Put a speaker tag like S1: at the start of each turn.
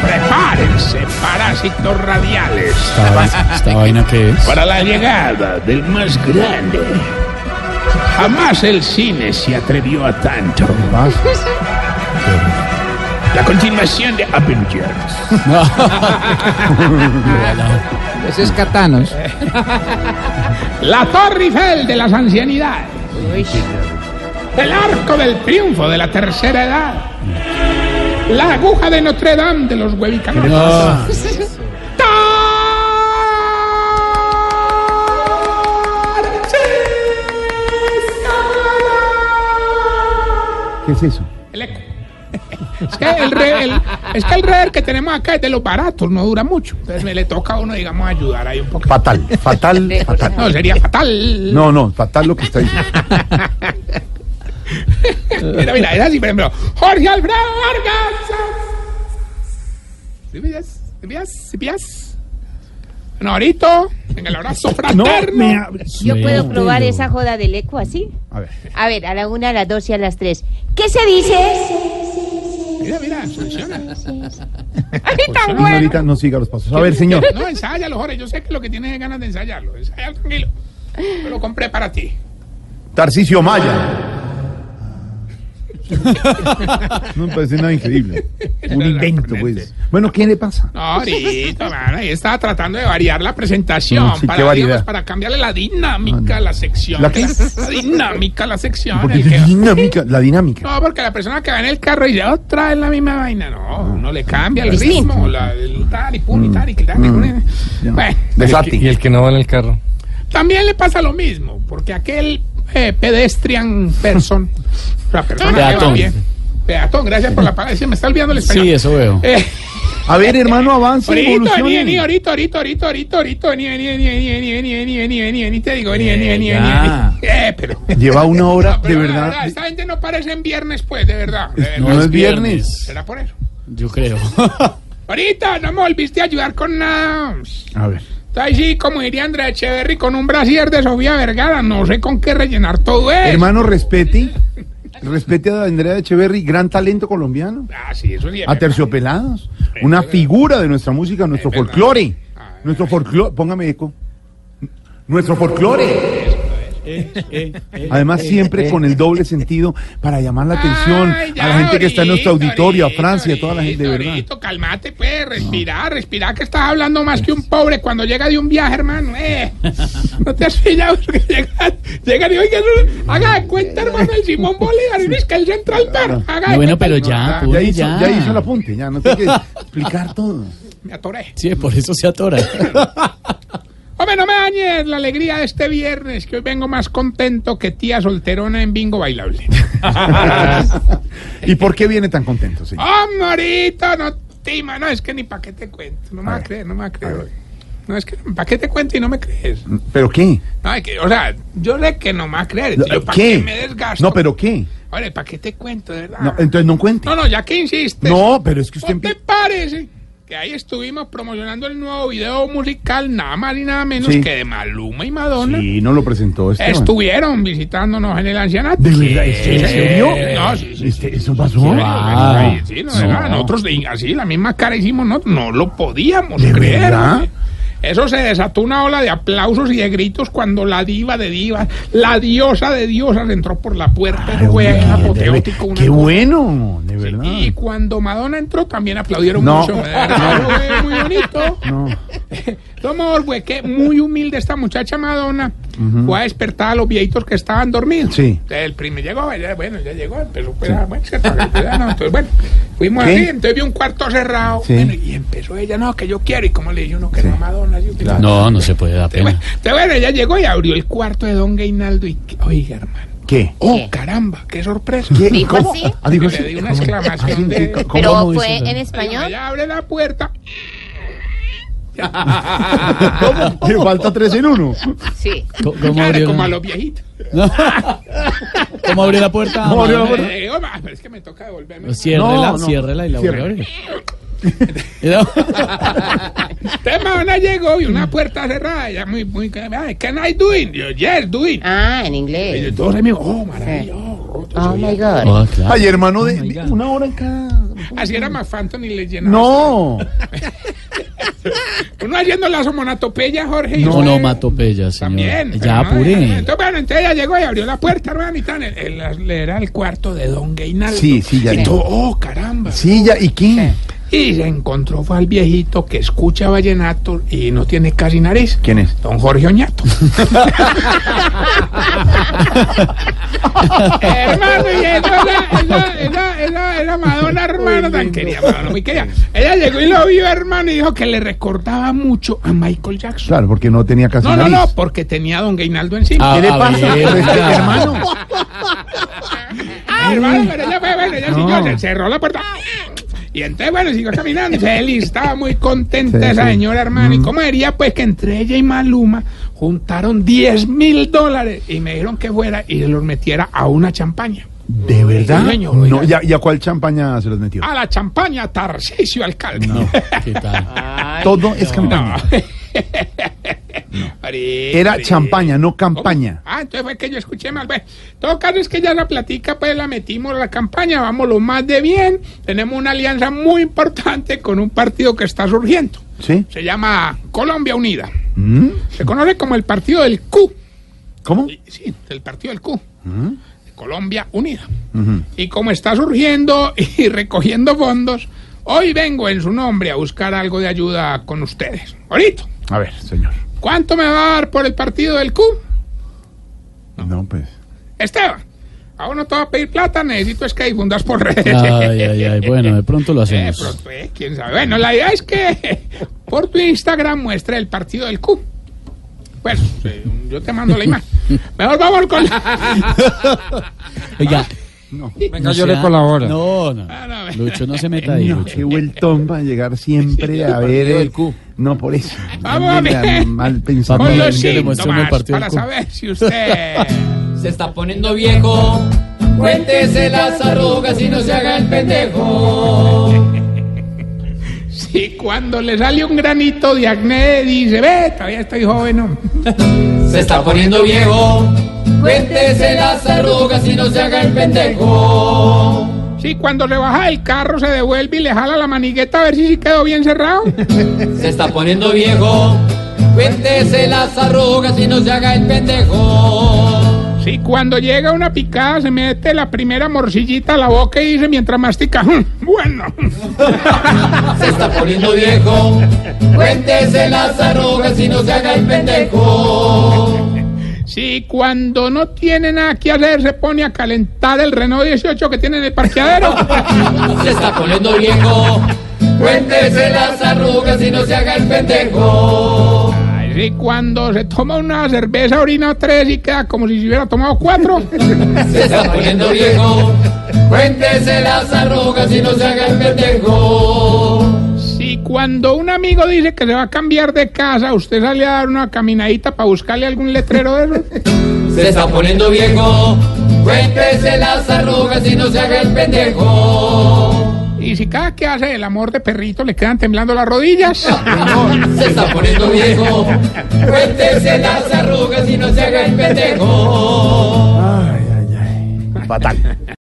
S1: Prepárense, parásitos radiales,
S2: Esta, vai- esta vaina que es.
S1: para la llegada del más grande. Jamás el cine se atrevió a tanto. La continuación de Avengers.
S3: Ese es Catanos.
S1: La Torre Eiffel de las ancianidades. El arco del triunfo de la tercera edad. La aguja de Notre Dame de los huevicanos.
S2: No,
S3: ¿Qué es eso?
S1: El eco. Es que el, re- el- es que el rever que tenemos acá es de los baratos, no dura mucho. Entonces me le toca a uno, digamos, ayudar ahí un poco.
S4: Fatal, fatal, fatal.
S1: No, sería fatal.
S4: No, no, fatal lo que está diciendo.
S1: Mira, mira, es así, por ejemplo. Jorge Alfredo Vargas. ¿Sí pillas? ¿Sí pillas? ¿Sí pillas? Norito, en el abrazo fraterno.
S5: Yo puedo
S2: Suéltelo.
S5: probar esa joda del eco así.
S4: A ver.
S5: A ver, a la una, a las dos y a las tres. ¿Qué se dice?
S1: Mira, mira, funciona.
S5: ¡Ay, tan
S4: Y
S5: bueno!
S4: ahorita no siga los pasos. A ver, señor.
S1: No, ensáyalo, Jorge. Yo sé que lo que tienes es ganas de ensayarlo. Ensayalo tranquilo. Yo lo compré para ti.
S4: Tarcicio Maya. No me parece nada increíble. Un invento, pues. Bueno, ¿qué le pasa?
S1: No, Norito, mano. Ahí estaba tratando de variar la presentación.
S4: Mm, sí, qué
S1: para,
S4: variedad.
S1: digamos, para cambiarle la dinámica a la sección.
S4: ¿La qué?
S1: La dinámica a la sección.
S4: Porque
S1: el que-
S4: la dinámica, la dinámica.
S1: No, porque la persona que va en el carro y dice, otra vez la misma vaina. No, uno le cambia el
S5: Distinto.
S1: ritmo, la, el tal y pum y tal y que tal y pum.
S4: Mm. Ya.
S1: Bueno,
S4: Desate.
S2: y el que no va en el carro.
S1: también le pasa lo mismo, porque aquel eh, pedestrian person, la persona que va
S2: Peatón.
S1: bien. Peatón, gracias por la palabra. Se me está olvidando el español.
S2: Sí, eso veo.
S1: Eh,
S4: A ver, hermano, avance,
S1: Orito, vení, vení,
S4: evolucione.
S1: orito, orito, orito, orito, orito, vení, vení, vení, vení, vení, vení, vení, vení, vení, vení, te digo, vení, vení, vení, vení,
S2: ya.
S1: vení. Eh, pero...
S4: Lleva una hora,
S1: No,
S4: de
S1: Ah, pero la
S4: verdad.
S1: Esta gente no parece en viernes, pues, de verdad. de verdad.
S4: No es viernes.
S1: Será por eso.
S2: Yo creo.
S1: Ahorita no me volviste a ayudar con nada.
S4: A ver.
S1: Ay, sí, como diría Andrea Echeverry, con un brasier de Sofía Vergara, no sé con qué rellenar todo eso.
S4: Hermano, respete. Respete a Andrea Echeverry, gran talento colombiano.
S1: Ah, sí, eso sí. es
S4: A
S1: verdad.
S4: terciopelados. Una figura de nuestra música, nuestro
S1: verdad.
S4: folclore.
S1: Ah,
S4: Nuestro folclore. Póngame eco. Nuestro folclore.
S2: Eh,
S4: Además, siempre con el doble sentido para llamar la atención
S1: Eh, Ay, ya,
S4: a la gente que está en nuestro
S1: ahorita,
S4: auditorio, a
S1: ahorita,
S4: Francia, a toda la gente, de
S1: ahorita,
S4: verdad.
S1: ahorita, calmate, pues, respirar, respirar, que estás hablando más que
S4: Pues.
S1: un pobre cuando llega de un viaje, hermano. Eh, no te has pillado, que llegan, llegan y oigan, haga de cuenta, hermano, el Simón Bolívar, y que el Central Park. haga de cuenta.
S2: Bueno, pero
S1: No,
S2: ya,
S4: Ya
S2: pues,
S4: hizo,
S2: ya.
S4: ya hizo el apunte, ya no tiene que explicar todo.
S1: Me atoré.
S2: Sí, por eso se atora.
S1: Hombre, no me dañes la alegría de este viernes, que hoy vengo más contento que tía solterona en bingo bailable.
S4: ¿Y por qué viene tan contento, señor?
S1: ¡Oh, morito! No, tima, no, es que ni pa' qué te cuento. No me vas a creer, no me vas a
S4: A
S1: creer.
S4: ver.
S1: No, es que pa' qué te cuento y no me crees.
S4: ¿Pero qué?
S1: No, es que, o sea, yo sé que no me vas a creer. Yo, ¿Para qué?
S4: ¿Qué?
S1: me desgasto?
S4: No, pero ¿qué?
S1: Oye, ¿para qué te cuento, de verdad?
S4: No, entonces no cuente.
S1: no, pues, no, ya que insistes.
S4: No, pero es que usted
S1: ¿No te
S4: empie-
S1: parece? Que ahí estuvimos promocionando el nuevo video musical, nada más y nada menos
S4: Sí.
S1: que de Maluma y Madonna.
S4: Sí, no lo presentó. Esteban.
S1: Estuvieron visitándonos en el ancianato.
S4: ¿De verdad? ¿En serio?
S1: No, sí, sí.
S4: Este, ¿Eso pasó?
S1: Sí,
S2: Ah,
S1: bueno, sí, no, de verdad, Nosotros de- así, la misma cara hicimos nosotros, no lo podíamos
S4: ¿De
S1: creer.
S4: verdad?
S1: hombre. Eso se desató una ola de aplausos y de gritos cuando la diva de divas, la diosa de diosas entró por la puerta.
S4: Ay,
S1: fue
S4: hombre,
S1: apoteótico.
S4: de-
S1: una
S4: Qué
S1: cosa.
S4: bueno, de
S1: Sí,
S4: verdad.
S1: Y cuando Madonna entró también aplaudieron
S4: No.
S1: mucho. de verdad, lo veo muy bonito.
S4: No.
S1: Tomor, güey, que muy humilde esta muchacha Madonna. Fue a despertar a los viejitos que estaban dormidos.
S4: Sí.
S1: El primer llegó, ya, bueno, ya llegó, empezó pues, ah, bueno, se apagó, pues, ah, no, entonces, bueno, fuimos
S4: ¿Qué?
S1: así, entonces vi un cuarto cerrado.
S4: Sí.
S1: bueno, y empezó ella, no, que yo quiero, y como le dije uno que no Madonna, yo
S2: No, no se puede dar
S1: bueno,
S2: pena.
S1: entonces, bueno, ella llegó y abrió el cuarto de Don Gainaldo y que- oiga, hermano.
S4: ¿Qué?
S1: Oh,
S5: ¿Qué?
S1: caramba, qué sorpresa.
S4: ¿Qué?
S5: Dijo
S4: ¿Cómo?
S5: así.
S4: Ah, dijo
S1: Le
S4: así.
S1: di una
S4: ¿Cómo?
S1: exclamación
S4: Así,
S1: de-
S4: ¿cómo-
S5: ¿Pero
S4: cómo
S5: fue
S4: hizo?
S5: en español?
S1: Ella abre la puerta.
S4: Le falta tres en uno.
S5: Sí.
S2: ¿Cómo, cómo
S1: Claro,
S2: abrió,
S1: como a
S2: la-
S1: los viejitos.
S2: ¿Cómo abrió la puerta?
S4: ¿Cómo abrió la
S2: mamá?
S4: puerta?
S1: Eh, digo, "Ma, pero es que me toca devolverme.
S2: Ciérrela,
S4: No, no.
S2: ciérrela y la vuelve a abrir.
S1: Usted, mañana llegó y una puerta cerrada. Ya muy, muy. "Ah, Ay, can I do it? Yo, yes, do it.
S5: Ah,
S1: Y
S5: en
S1: yo,
S5: inglés.
S1: todos amigos, oh, maravilla. oh,
S5: Oh
S1: soy-
S5: my God.
S2: Ah, claro.
S4: Ay, hermano, de,
S2: my
S4: de
S2: God.
S4: una hora en cada.
S1: Así era más Phantom y le llenaba.
S4: No.
S1: Uno haciendo las homonatopeyas, Jorge. y
S2: No,
S1: usted
S2: no, matopeya, señor.
S1: También. pero
S2: Ya
S1: no,
S2: apure.
S1: Entonces, bueno, entonces ella llegó y abrió la puerta, hermano, y tal. el- el- era el cuarto de Don Gainaldo.
S4: Sí, sí, ya
S1: Y
S4: vi.
S1: todo, oh, caramba.
S4: Sí, ya, ¿y qué?
S1: Y se encontró fue al viejito que escucha vallenato y no tiene casi nariz.
S4: ¿Quién es?
S1: Don Jorge Oñato. hermano, y entonces ella, ella, ella era Madonna, hermano, tan querida, Madonna, muy querida. Ella llegó y lo vio, hermano, y dijo que le recordaba mucho a Michael Jackson.
S4: Claro, porque no tenía casi
S1: No, no,
S4: nariz.
S1: no, porque tenía a Don Gainaldo encima.
S2: Ah,
S4: ¿Qué le
S2: a
S4: pasa?
S2: ver,
S4: Pero este
S2: ya.
S4: hermano.
S1: Ah, hermano, pero ella fue, bueno, ella siguió, se cerró la puerta. Y entonces, bueno, siguió caminando. Feliz, estaba muy contenta
S4: Sí,
S1: esa
S4: sí.
S1: señora, hermano. ¿Y cómo diría? Pues que entre ella y Maluma juntaron 10 mil dólares y me dijeron que fuera y se los metiera a una champaña.
S4: ¿De verdad?
S1: Sí, señor,
S4: No,
S1: oiga.
S4: ¿y a, y a cuál champaña se los metió?
S1: A la champaña Tarcisio Alcalde. No.
S2: ¿Qué tal?
S4: Todo es campaña. Era champaña, no campaña.
S1: Ah, entonces fue que yo escuché mal. Bueno, en todo caso es que ya la platica, pues la metimos en la campaña, vamos lo más de bien. Tenemos una alianza muy importante con un partido que está surgiendo.
S4: ¿Sí?
S1: Se llama Colombia Unida.
S4: ¿Mm?
S1: Se conoce como el partido del Q.
S4: ¿Cómo?
S1: Sí, el partido del Q. Colombia Unida. Y como está surgiendo y recogiendo fondos, hoy vengo en su nombre a buscar algo de ayuda con ustedes. Ahorita,
S4: A ver, señor.
S1: ¿cuánto me va a dar por el partido del Q?
S4: No, pues.
S1: Esteban, aún no te va a pedir plata, necesito es que difundas por redes.
S2: Ay, ay, ay. Bueno, de pronto lo
S1: Eh,
S2: hacemos.
S1: pronto, eh, quién sabe. Bueno, la idea es que por tu Instagram muestra el partido del Q. Pues eh, yo te mando la imagen. Mejor vamos con la...
S2: Oiga,
S3: Venga,
S2: no
S3: yo le
S2: sea-
S3: colaboro. Ah,
S2: No, no. Lucho, no se meta ahí,
S4: No,
S2: Lucho.
S4: qué vueltón va a llegar siempre a ver el... No, por eso.
S1: Vamos a
S4: Mira,
S1: ver.
S4: Mal
S2: Vamos
S1: con
S2: a
S4: pensado.
S2: ver.
S1: los
S2: yo le muestro en el
S1: síntomas
S2: partido
S1: para
S2: del Q.
S1: saber si usted...
S6: Se está poniendo viejo. Cuéntese las arrugas y no se haga el pendejo.
S1: si cuando le sale un granito de acné dice, ve, todavía estoy joven. hombre".
S6: Se está poniendo viejo. Cuéntese las arrugas y no se haga el pendejo.
S1: Si cuando le baja del carro se devuelve y le jala la manigueta a ver si sí quedó bien cerrado.
S6: Se está poniendo viejo. Cuéntese las arrugas y no se haga el pendejo.
S1: Si cuando llega una picada se mete la primera morcillita a la boca y dice mientras mastica, "Mm, bueno.
S6: Se está poniendo viejo. Cuéntese las arrugas y no se haga el pendejo.
S1: Si cuando no tiene nada que hacer se pone a calentar el Renault 18 que tiene en el parqueadero.
S6: Se está poniendo viejo. Cuéntese las arrugas y no se haga el pendejo.
S1: Ay, Si cuando se toma una cerveza orina tres y queda como si se hubiera tomado cuatro.
S6: Se está poniendo viejo. Cuéntese las arrugas y no se haga el pendejo.
S1: Si cuando un amigo dice que se va a cambiar de casa, usted sale a dar una caminadita para buscarle algún letrero de eso.
S6: Se está poniendo viejo. Cuéntese las arrugas y no se haga el pendejo.
S1: Y si cada que hace el amor de perrito le quedan temblando las rodillas.
S6: Se está poniendo viejo. Cuéntese las arrugas y no se haga el pendejo.
S4: Ay, ay, ay. Fatal.